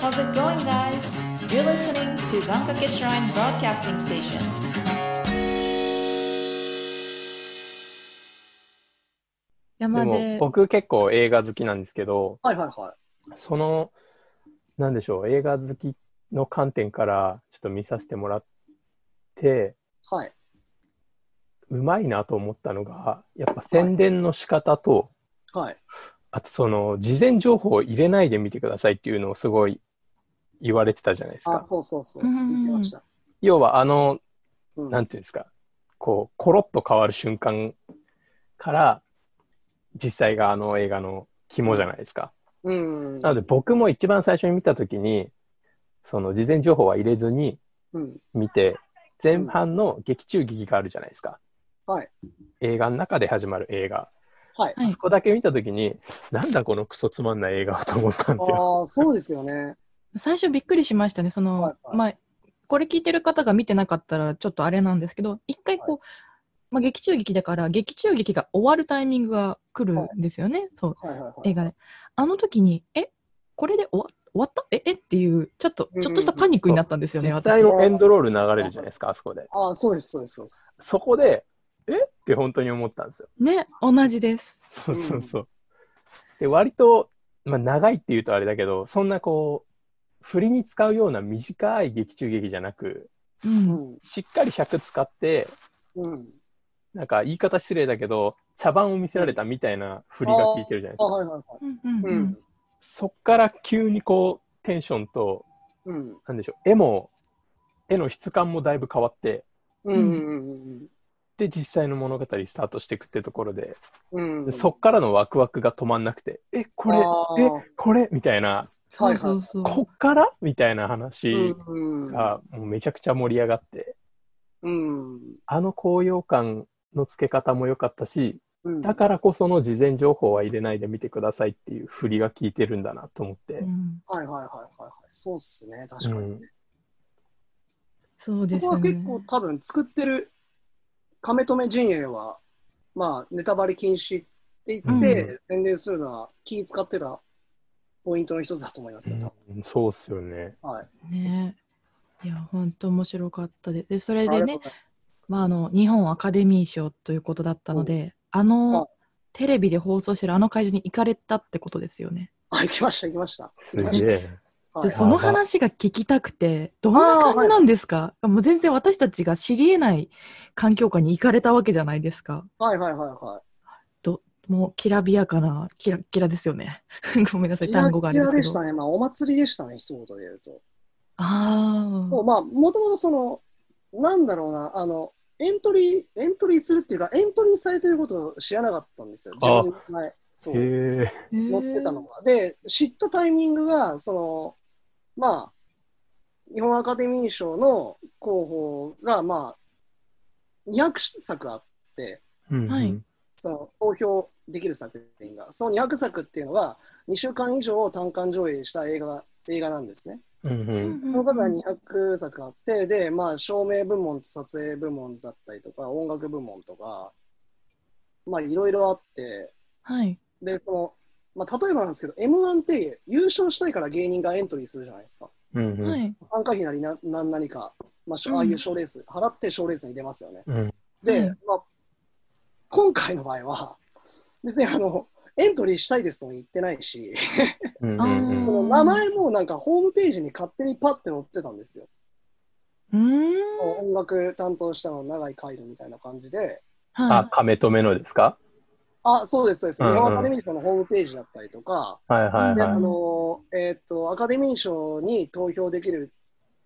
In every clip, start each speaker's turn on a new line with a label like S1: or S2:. S1: How's it going, guys? You're listening to Gankake Shrine Broadcasting Station.
S2: 山
S3: でも
S2: で。
S3: 僕結構映画好きなんですけど、
S4: はいはいはい。
S3: その、なんでしょう、映画好きの観点からちょっと見させてもらって、
S4: はい。
S3: うまいなと思ったのが、やっぱ宣伝の仕方と、
S4: はい。
S3: あとその、事前情報を入れないで見てくださいっていうのをすごい言われてたじゃないです
S4: あ、
S3: か。
S4: そうそうそう。
S2: うんうんうん
S4: 言ってました。
S3: 要はあの、
S4: うん
S3: なんていうんですか、こう、コロッと変わる瞬間から、実際があの映画の肝じゃないですか。
S4: うん。
S3: なので僕も一番最初に見たときに、その事前情報は入れずに
S4: うん。
S3: 見て、前半の劇中劇があるじゃないですか。
S4: はい。
S3: 映画の中で始まる映画。
S4: はい。
S2: はい
S3: そこだけ見たときに、なんだこのクソつまんない映画はと思ったんですよ。
S4: ああ、そうですよね。
S2: 最初びっくりしましたね。その、
S4: はいはい
S2: まあ、これ聞いてる方が見てなかったらちょっとあれなんですけど、一回こう、まあ、劇中劇だから、劇中劇が終わるタイミングが来るんですよね。そう。
S4: はいはいはい。
S2: 映画で。あの時に、え、これで終わ終わったえ、えっていう、ちょっと、ちょっとしたパニックになったんですよね、
S3: 実
S2: 私
S3: 際。のエンドロール流れるじゃないですか、あそこで。
S4: ああ、そうです、そうです、そうです。
S3: そこで、えって本当に思ったんですよ。
S2: ね、同じです。
S3: そうそうそう。で、割と、まあ、長いっていうとあれだけど、そんなこう、振りに使うような短い劇中劇じゃなく、
S2: う。
S4: うんん。
S3: しっかり尺使って、
S4: うん。
S3: なんか言い方失礼だけど、茶番を見せられたみたいな振りが効いてるじゃない
S4: あ、
S3: ですか。
S4: はいはいは
S2: うんうん
S4: い。
S2: う
S4: うんん。
S3: そっから急にこう、テンションと、
S4: うん。
S3: なんでしょう、絵も、絵の質感もだいぶ変わって、
S4: うんうん
S3: で、実際の物語スタートしていくってところで、
S4: うんう
S3: で
S4: ん。
S3: そっからのワクワクが止まんなくて、え、これ、
S4: あー
S3: え、これみたいな、
S2: そ
S4: は
S2: う
S4: い
S2: そ
S4: は
S2: う
S4: い。
S2: そう。
S3: こっからみたいな話
S4: うん
S3: が、もうめちゃくちゃ盛り上がって、
S4: うん。
S3: あの高揚感のつけ方も良かったし、
S4: うん。
S3: だからこその事前情報は入れないで見てくださいっていう振りが効いてるんだなと思って。
S2: うん
S4: はいはいはいはいはい。そうっすね、確か
S3: う
S4: に。
S3: ん
S2: そう
S4: そ
S2: で
S4: こ
S2: す
S4: は
S2: ね
S4: 結。構多分作ってる亀止陣営は、まあ、ネタバレ禁止って言って、
S3: うん
S4: 宣伝するのは気使ってたポイントの一つだと思いますよ、多
S3: うんそうっすよね。
S4: 分はい。
S2: ね。いや、本当面白かったで。で、それ
S4: あり
S2: で
S4: がとう
S2: ね
S4: ご、ざいます
S2: まあ、あの、日本アカデミー賞ということだったので、あの、
S4: はい
S2: テレビで放送してるあの会場に行かれたってことですよね。
S4: あ、行きました、行きました。
S3: すげえ。
S4: は
S2: で
S4: い、
S2: その話が聞きたくて、どんな感じなんですか、もう全然私たちが知り得ない環境下に行かれたわけじゃないですか。
S4: はいはいはいは
S2: もうきらびやかな、キラッキラですよね。 ごめんなさ
S4: い。
S2: い、単語があ
S4: キ
S2: れで
S4: ラキラですし
S2: けど。
S4: たね。まあ、お祭りでしたね、一言で言うと。
S2: あ
S4: もうまあ、もともとその、なんだろうな、あの、エントリー、エントリーするっていうか、エントリーされてることを知らなかったんですよ。自分の前そう。
S3: へえ。
S2: あ、持
S4: 乗ってたの。が。で、知ったタイミングが、その、まあ、日本アカデミー賞の候補が、まあ、200作あって、
S3: うん
S2: はい
S3: うん
S4: その、投票できる作品が。その200作っていうのは、2週間以上単館上映した映画、映画なんですね。
S3: うんうん
S4: その数は200作あって、で、まあ、照明部門と撮影部門だったりとか、音楽部門とか、まあ、いろいろあって、
S2: はい。
S4: で、その、まあ、例えばなんですけど、M1 って優勝したいから芸人がエントリーするじゃないですか。
S3: うんう
S2: は
S3: ん
S2: い。
S4: 参加費なりな何なりか、まあし
S2: うん
S4: ょ、ああいう賞レース、払って賞レースに出ますよね。
S3: うん
S4: で、
S2: うん
S4: まあ、今回の場合は、別にあの、エントリーしたいですとも言ってないし、
S3: うん
S2: あ
S3: うん
S2: ー
S4: その名前もなんかホームページに勝手にパッて載ってたんですよ。
S2: うーん。
S4: 音楽担当したの長井海斗みたいな感じで、
S3: あ
S2: は、
S3: カメ止めのですか
S4: あ、そうです、そうです。
S3: うん
S4: 日
S3: うん
S4: 本アカデミー賞のホームページだったりとか、
S3: はいはい
S4: で、
S3: は
S4: あ
S3: い。
S4: のーえーっと、アカデミー賞に投票できる、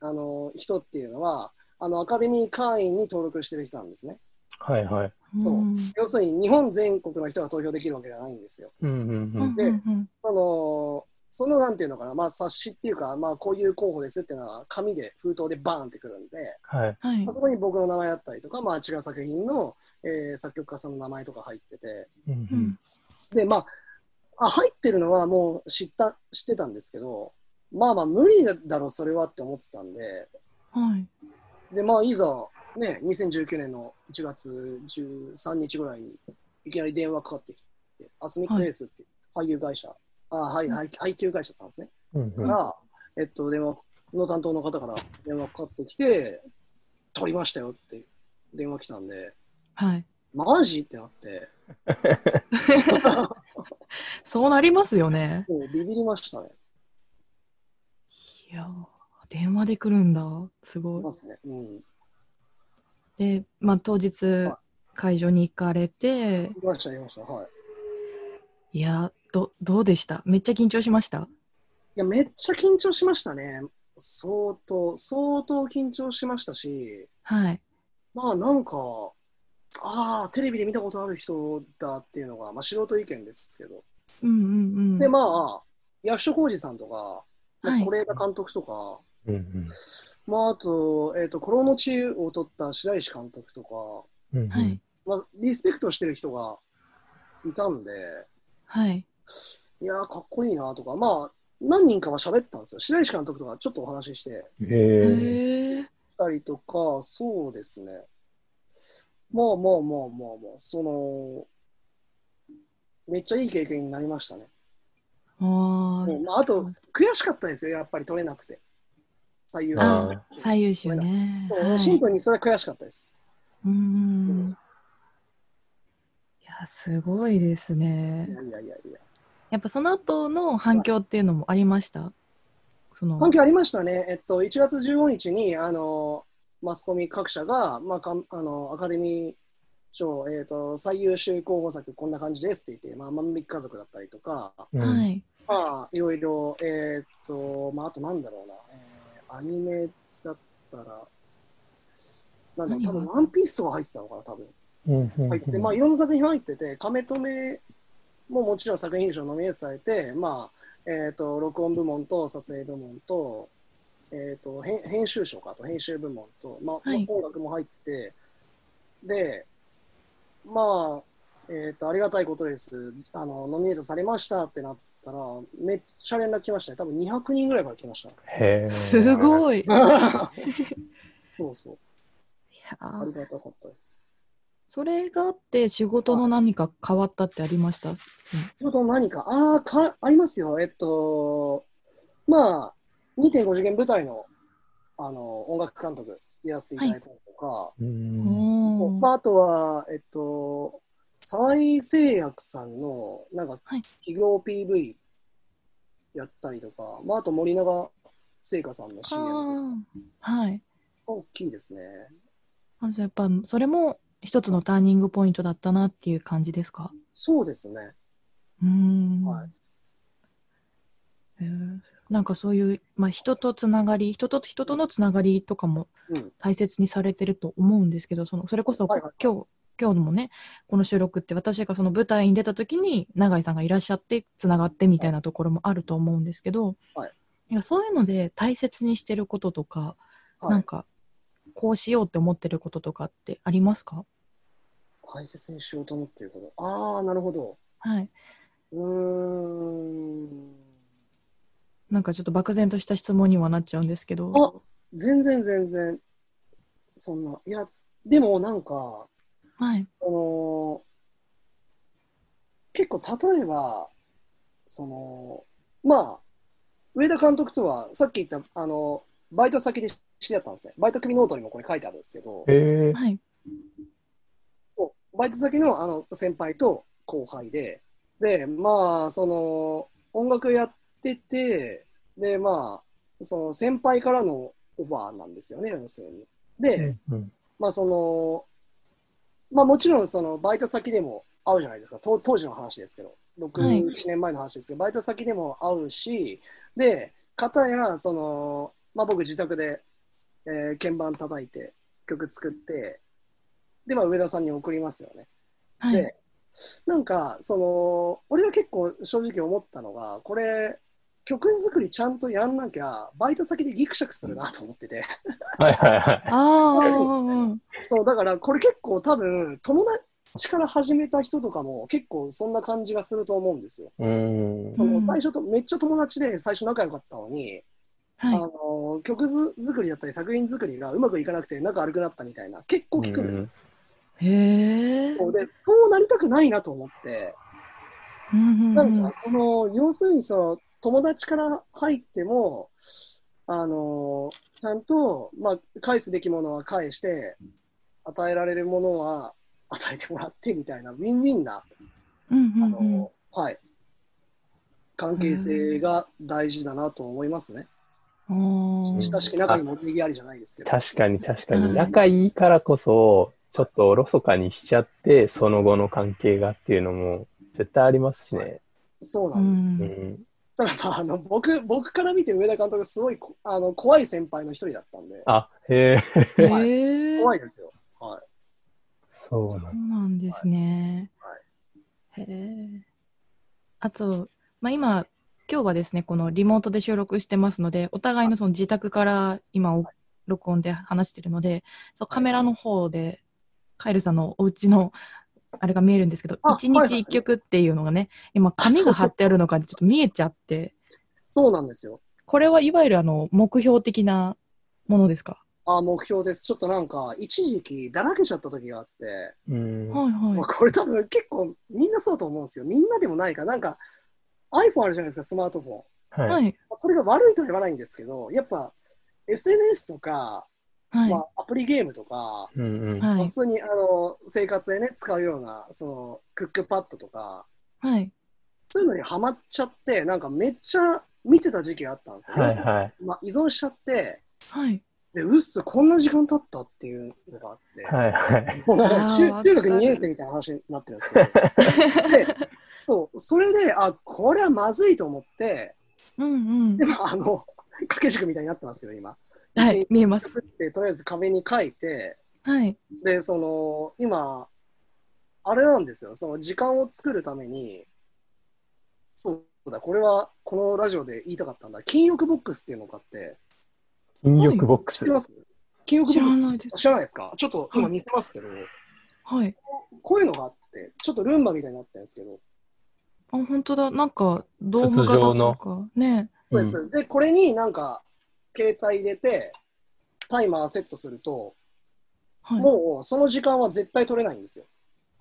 S4: あのー人っていうのは、あの、アカデミー会員に登録してる人なんですね。
S3: はいはい。
S2: い。
S4: そうん要するに、日本全国の人が投票できるわけじゃないんですよ。
S3: うんうんうん。
S4: で
S2: うんうん
S4: その、その、なんていうのかな、まあ、冊子っていうか、まあ、こういう候補ですっていうのは、紙で、封筒でバーンってくるんで、
S3: はい。
S2: うんはい
S4: まあ、。そこに僕の名前だったりとか、まあ、違う作品の、えー作曲家さんの名前とか入ってて、
S3: うん
S2: う
S3: うんん
S4: で、まあ、あ入ってるのはもう知った、知ってたんですけど、まあまあ無理だろ、それはって思ってたんで、
S2: はい。
S4: で、まあいざ、ね、2019年の1月13日ぐらいに、いきなり電話かかってきて、アスミックレースっていう俳優会社、あはい、配配給会社さんですね。
S3: うんう
S4: か
S3: ん
S4: ら、えっと、電話の担当の方から電話かかってきて、撮りましたよって電話来たんで、
S2: はい。
S4: マジってな って、
S2: そうなりますよね。
S4: もうビビりましたね。
S2: いやー、電話で来るんだ。すごい。
S4: ますね。うん。
S2: で、まあ、当日
S4: は
S2: 会場に行かれて
S4: いました、いました。はい。
S2: いやどどうでしためっちゃ緊張しました
S4: いや、めっちゃ緊張しましたね。相当、相当緊張しましたし、
S2: はい
S4: まあなんか、ああ、テレビで見たことある人だっていうのが、まあ素人意見ですけど。
S2: うんうんうん
S4: で、まあ、役所広司さんとか、ま
S2: は
S4: あ、
S2: い
S4: 是枝監督とか、
S3: うんうん
S4: まああと、えっ、と、コロの地を取った白石監督とか、
S3: うんうん
S2: はい
S4: まあ、リスペクトしてる人がいたんで、
S2: はい
S4: いやー、かっこいいなとか、まあ、何人かは喋ったんですよ。白石監督とかちょっとお話しして
S3: え
S2: へ
S3: ー
S2: え
S4: たりとか、そうですね。まあまあまあまあまあ、その、めっちゃいい経験になりましたね。
S2: あ
S4: うん
S2: ー
S4: まあ、あと、悔しかったですよ、やっぱり取れなくて。最優秀
S3: あー
S2: 最優秀ね
S4: そうシンプルにそれは悔しかったです。
S2: うんうんいやすごいですね
S4: いやいやいやいや。
S2: やっぱその後の反響っていうのもありましたその
S4: 関係ありましたね。えっと、1月15日に、あの、マスコミ各社が、まあ、かんあのアカデミー賞、えっと、最優秀候補作、こんな感じですって言って、まあ、万引き家族だったりとか、
S3: うん
S2: はい
S4: まあ、いろいろ、えっと、まあ、あとなんだろうな、えーアニメだったら、なんだろう、多分ワンピースとか入ってたのかな、多分。
S3: うんうん
S4: 入って、まあ、いろんな作品入ってて、亀止めももちろん作品賞ノミネートされて、まあえー、と録音部門と撮影部門と,、えー、と編編集賞かあと編集部門と、まあ
S2: はい
S4: 音楽も入っててでまあ、えー、とありがたいことですあのノミネートされましたってなったらめっちゃ連絡来ましたね多分200人ぐらいから来 ました
S3: へー
S2: すごいいや
S4: そうそうあり
S2: ー
S4: がたかったです
S2: それがあって仕事の何か変わったってありましたその
S4: ちょうど何か、ああ、か、ありますよ。えっと、まあ、2.5次元舞台の、あの、音楽監督やらせていただいたりとか、
S3: うん
S2: おー
S4: まあ、あとは、えっと、沢井製薬さんの、なんか
S2: はい、
S4: 企業 PV やったりとか、まあ、あと森永製菓さんの CM
S2: あーはい
S4: 大きいですね。
S2: あじゃあやっぱそれも一つのターニングポイントだったなっていう感じですか
S4: そうですね。
S2: うーん、
S4: はい
S2: へーなんかそういう、まあ、人とつながり人と人とのつながりとかも
S4: うん
S2: 大切にされてると思うんですけどそのそれこそ、
S4: はいはい
S2: 今日今日もねこの収録って私がその舞台に出た時に永井さんがいらっしゃってつながってみたいなところもあると思うんですけど、
S4: はい
S2: いやそういうので大切にしてることとか、
S4: は
S2: なん
S4: い。
S2: かこうしようって思ってることとかってありますか
S4: 大切にしようと思っていること。ああ、なるほど。
S2: はい。
S4: うーん。
S2: なんかちょっと漠然とした質問にはなっちゃうんですけど。
S4: あ全然全然、そんな。いや、でもなんか、
S2: はい。
S4: あの結構例えば、その、まあ、上田監督とはさっき言った、あのバイト先で知り合ったんですね。バイト組ノートにもこれ書いてあるんですけど、
S3: へー
S2: はい。
S4: そうバイト先のあの先輩と後輩で、で、まあ、その、音楽やってて、で、まあ、その先輩からのオファーなんですよね、要するに。で、
S3: うん
S4: まあその、まあもちろんそのバイト先でも会うじゃないですか。と当時の話ですけど、6、
S2: はい
S4: 7年前の話ですけど、バイト先でも会うし、で、片やその、まあ僕自宅で、えー鍵盤叩いて曲作って、で、まあ上田さんに送りますよね。
S2: はい。
S4: でなんか、その、俺が結構正直思ったのが、これ、曲作りちゃんとやんなきゃ、バイト先でギクシャクするなと思ってて。
S3: はいはいはい。
S2: ああ。
S4: そう、だからこれ結構多分、友達から始めた人とかも結構そんな感じがすると思うんですよ。
S3: うん
S4: その
S2: うん
S4: 最初と、めっちゃ友達で最初仲良かったのに、あ
S2: はい。
S4: の曲作りだったり作品作りがうまくいかなくて仲悪くなったみたいな、結構聞くんですよ。
S2: へえ。
S4: そうで、そうなりたくないなと思って、
S2: うんうん
S4: な
S2: うん
S4: んかその、要するにその、友達から入っても、あのちゃんと、まあ、返すべきものは返して、与えられるものは与えてもらってみたいな、ウィンウィンな、
S2: うんう
S4: あ
S2: ん
S4: の
S2: うん
S4: はい、関係性が大事だなと思いますね。
S2: あー
S4: 親しき仲にも礼儀ありじゃないですけど。
S3: 確かに確か
S2: う
S3: に。
S2: ん
S3: 仲いいからこそ、ちょっとおろそかにしちゃって、その後の関係がっていうのも絶対ありますしね。
S4: そうな
S2: うん
S4: です。
S3: うんん。
S4: ただまあ、あの僕僕から見て上田監督、すごいこあの怖い先輩の一人だったんで、
S3: あ、へえ、
S2: へえ
S4: 怖いですよ。はい
S3: そう
S2: そ
S3: なん
S2: うなんですね。へえ。あと、まあ、今、今日はですね、このリモートで収録してますので、お互いのその自宅から今お、録音で話してるので、そうカメラの方で、カエルさんのお家の、あれが見えるんですけど、
S4: あ
S2: 一
S4: はいは
S2: 日
S4: い
S2: 一曲っていうのがね、今、紙が貼ってあるのがちょっと見えちゃって、
S4: そうなんですよ。
S2: これはいわゆるあの目標的なものですか。
S4: あ目標です。ちょっとなんか、一時期だらけちゃった時があって、
S3: うん。
S2: はいはい
S4: まあ、。これ多分結構みんなそうと思うんですよ。みんなでもないか、なんか iPhone あるじゃないですか、スマートフォン。
S3: は。
S2: はいい
S4: それが悪いとは言わないんですけど、やっぱ SNS とか、
S2: はい
S4: まあ、アプリゲームとか、
S3: うんうん。
S2: は
S4: 普
S2: い
S4: 通にあの生活でね、使うような、そのクックパッドとか、
S2: はい。
S4: そういうのにハマっちゃって、なんかめっちゃ見てた時期があったんですよ。
S3: はいはい。
S4: まあ、依存しちゃって、
S2: はい。
S4: で、うっす、こんな時間経ったっていうのがあって、
S3: はいはい。
S4: もうなんか中
S2: あー
S4: 中
S2: わか
S4: 学
S2: る
S4: 2年生みたいな話になってるんです けど、でそう、それで、あ、これはまずいと思って、
S2: うんうん
S4: で。もあの、掛け軸みたいになってますけど、今。
S2: はい。見えます。
S4: で、とりあえず壁に書いて、
S2: はい。
S4: で、その、今、あれなんですよ、その時間を作るために、そうだ、これはこのラジオで言いたかったんだ、禁欲ボックスっていうのがあって、
S3: 金欲ボック
S4: 知
S3: ス
S4: って。ます禁欲ボ
S2: 知
S4: ッ
S2: ら
S4: ク
S2: ないです。
S4: ス知らないですかちょっと今見せますけど、
S2: はい。
S4: こういうのがあって、ちょっとルンバみたいになってるんですけど、
S2: あ、本当だ。なんか、ドーム型というか。ね。
S4: そうです、そうですで、これになんか、携帯入れて、タイマーセットすると、
S2: はい。
S4: もうその時間は絶対取れないんですよ。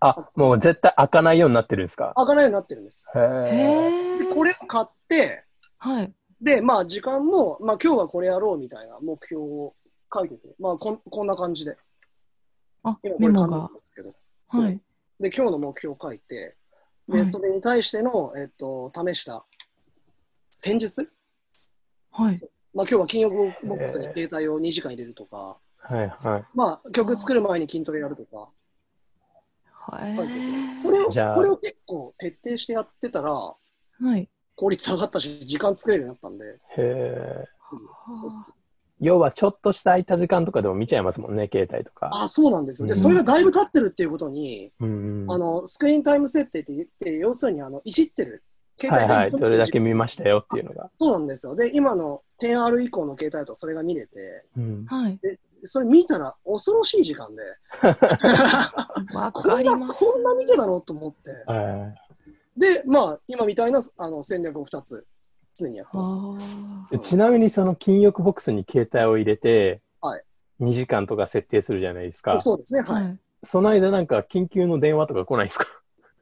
S3: あ、もう絶対開かないようになってるんですか
S4: 開かないようになってるんです。
S3: へ
S2: へ
S3: え。
S4: で、
S2: え。
S4: これを買って、
S2: はい。
S4: で、まあ、時間も、まあ、今日はこれやろうみたいな目標を書いてて、まあ、こんこんな感じで、
S2: あ
S4: 今、こ
S2: メ
S4: れ
S2: モ
S4: 紙な
S2: が
S4: ん。ですけど、そう
S2: はい。
S4: で、今日の目標を書いて、で、
S2: はい
S4: それに対しての、えっと、試した戦術、
S2: はい。
S4: まあ、今日は金欲ボックスに携帯を2時間入れるとか、
S3: はいは
S4: まあ、曲作る前に筋トレやるとか、
S2: はい。
S4: これを
S3: じゃあ
S4: これを結構徹底してやってたら、
S2: はい。
S4: 効率上がったし、時間作れるようになったんで、
S3: い。へえ。
S4: そうっす
S3: 要はちょっとした空いた時間とかでも見ちゃいますもんね、携帯とか。
S4: あ、そうなんですよ。で、
S3: うん
S4: それがだいぶ経ってるっていうことに、
S3: うんうん。
S4: あの、スクリーンタイム設定って言って、要するに、あの、いじってる。
S3: はいはい。
S4: で
S3: どれだけ見ましたよっていうのが。
S4: そうなんですよ。で、今の 10R 以降の携帯だとそれが見れて、
S3: うん。
S2: はい。
S4: それ見たら恐ろしい時 間で、
S2: わ
S4: こ
S2: か
S4: ん
S2: り
S4: な、
S2: ます。
S4: こんな見てたのと思って。
S3: は
S4: で、まあ、今みたいなあの戦略を2つ、常にやってます。
S2: あ
S3: い。ちなみにその禁欲ボックスに携帯を入れて、
S4: はい
S3: 2時間とか設定するじゃないですか。
S4: そうですね、
S2: あ。
S4: は。
S2: はいい。
S3: その間なんか緊急の電話とか来ないんですか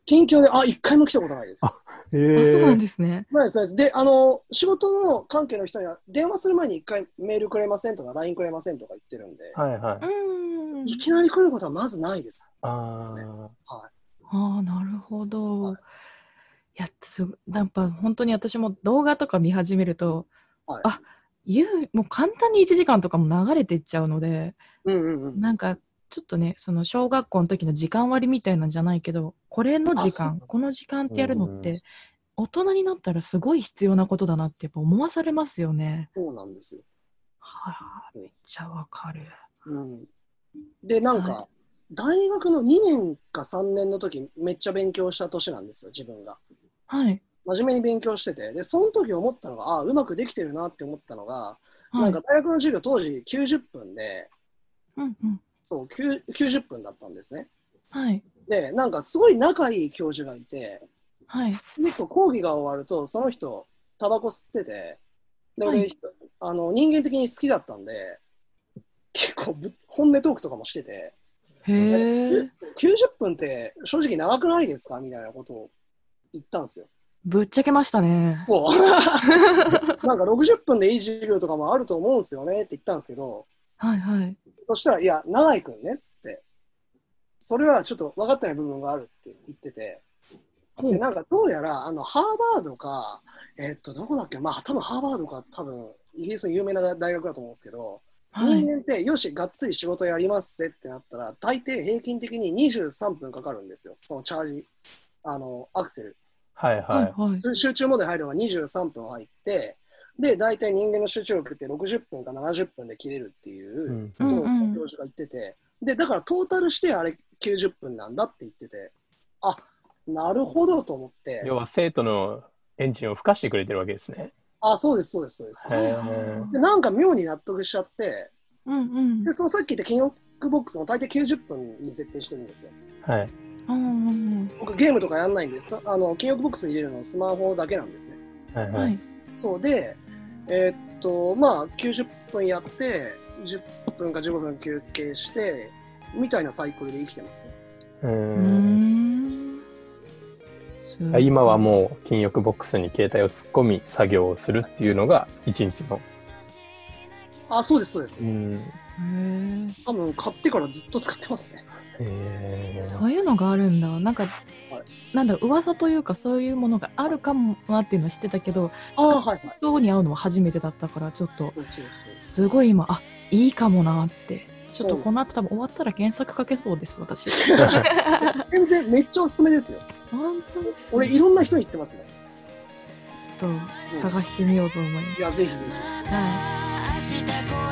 S4: 近況で、あ、一回も来たことないです。
S3: へ
S2: あ、そうなん
S3: え。
S2: ですね。
S4: ないです、ないです。で、あの、仕事の関係の人には、電話する前に一回メールくれませんとか、LINE くれませんとか言ってるんで、
S3: はいは
S2: う
S3: い。
S2: ん
S4: い。きなり来ることはまずないです。
S3: あ
S4: そうです
S3: あ。
S2: ああ、なるほど。
S4: はい
S2: いや、すごやっぱ本当に私も動画とか見始めると、
S4: はい
S2: あゆうもう簡単に1時間とかも流れていっちゃうので、
S4: うんうんうん。
S2: なんかちょっとね、その小学校の時の時間割りみたいなんじゃないけど、これの時
S4: あそう
S2: 間、この時間ってやるのっ
S3: うん
S2: て、大人になったらすごい必要なことだなってやっぱ思わされますよね。
S4: そうなんですよ。
S2: はあ、めっちゃわかる。
S4: うん、で、なんか、
S2: は
S4: 大学の2年か3年の時めっちゃ勉強した年なんですよ、自分が。
S2: はい。
S4: 真面目に勉強してて。で、その時思ったのが、ああ、うまくできてるなって思ったのが、
S2: はい、
S4: なんか大学の授業当時90分で、
S2: うんうん。
S4: そう、9 90分だったんですね。
S2: はい。
S4: で、なんかすごい仲いい教授がいて、
S2: はい。
S4: 結構講義が終わると、その人、タバコ吸ってて、で、
S2: は
S4: 俺、
S2: い
S4: あの人間的に好きだったんで、結構ぶ本音トークとかもしてて、
S2: へえ。
S4: 90分って正直長くないですかみたいなことを言ったんですよ。
S2: ぶっちゃけましたね。
S4: もう なんか60分でいい授業とかもあると思うんですよねって言ったんですけど、
S2: はいはい。
S4: そしたら、いや、長井くんねっつって、それはちょっと分かってない部分があるって言ってて、
S2: ほ
S4: で
S2: う
S4: なんかどうやらあのハーバードか、えっと、どこだっけ、まあ、多分ハーバードか、多分イギリスの有名な大学だと思うんですけど、
S2: はい
S4: 人。間って、よし、がっつり仕事やりますぜってなったら、大抵平均的に23分かかるんですよ、そのチャージ、あのアクセル。
S3: はい
S2: は
S3: はいい。
S2: はい。
S4: 集中モードに入るのが23分入って、で、大体人間の集中力って60分か70分で切れるっていううんことを
S2: うんうん
S4: 教授が言ってて、で、だからトータルしてあれ90分なんだって言ってて、あなるほどと思って、
S3: 要は生徒のエンジンを吹かしてくれてるわけですね。
S4: あ、そうです、そうです、そうです。
S3: は
S2: はいい
S3: はい
S2: は
S4: でなんか妙に納得しちゃって、
S2: い。うんうん
S4: で、。そのさっき言った金額ボックスも大体90分に設定してるんですよ。
S3: はい。
S2: うんうん
S4: 僕ゲームとかやんないんです。あの、金額ボックスに入れるのスマホだけなんですね。
S3: はい
S2: うん。は
S3: はい。
S2: い。
S4: そうで、えーっと、まあ、90分やって、10分か15分休憩して、みたいなサイクルで生きてますね。
S3: う
S2: うー
S3: ん
S2: ん。すごい
S3: 今はもう金欲ボックスに携帯を突っ込み作業をするっていうのが一日の。
S4: あ、そうです、そうです。
S3: ん。
S2: へえ。
S4: 多分、買ってからずっと使ってますね。
S3: えー
S2: そういうのがあるんだ。なんか、なんだろう、噂というか、そういうものがあるかもなっていうのは知ってたけど、
S4: あ
S2: あ
S4: はいはい。
S2: 今日に会うのは初めてだったから、ちょっと、
S4: そうそうそう
S2: すごい今、あいいかもなって。ちょっとこの後多分終わったら検索かけそうです、私。
S4: 全然、めっちゃおすすめですよ。
S2: 本当ですね
S4: 俺、いろんな人に言ってますね。
S2: ちょっと探してみようと思います。
S4: いや、ぜひぜひ。
S2: はい
S5: 明日こ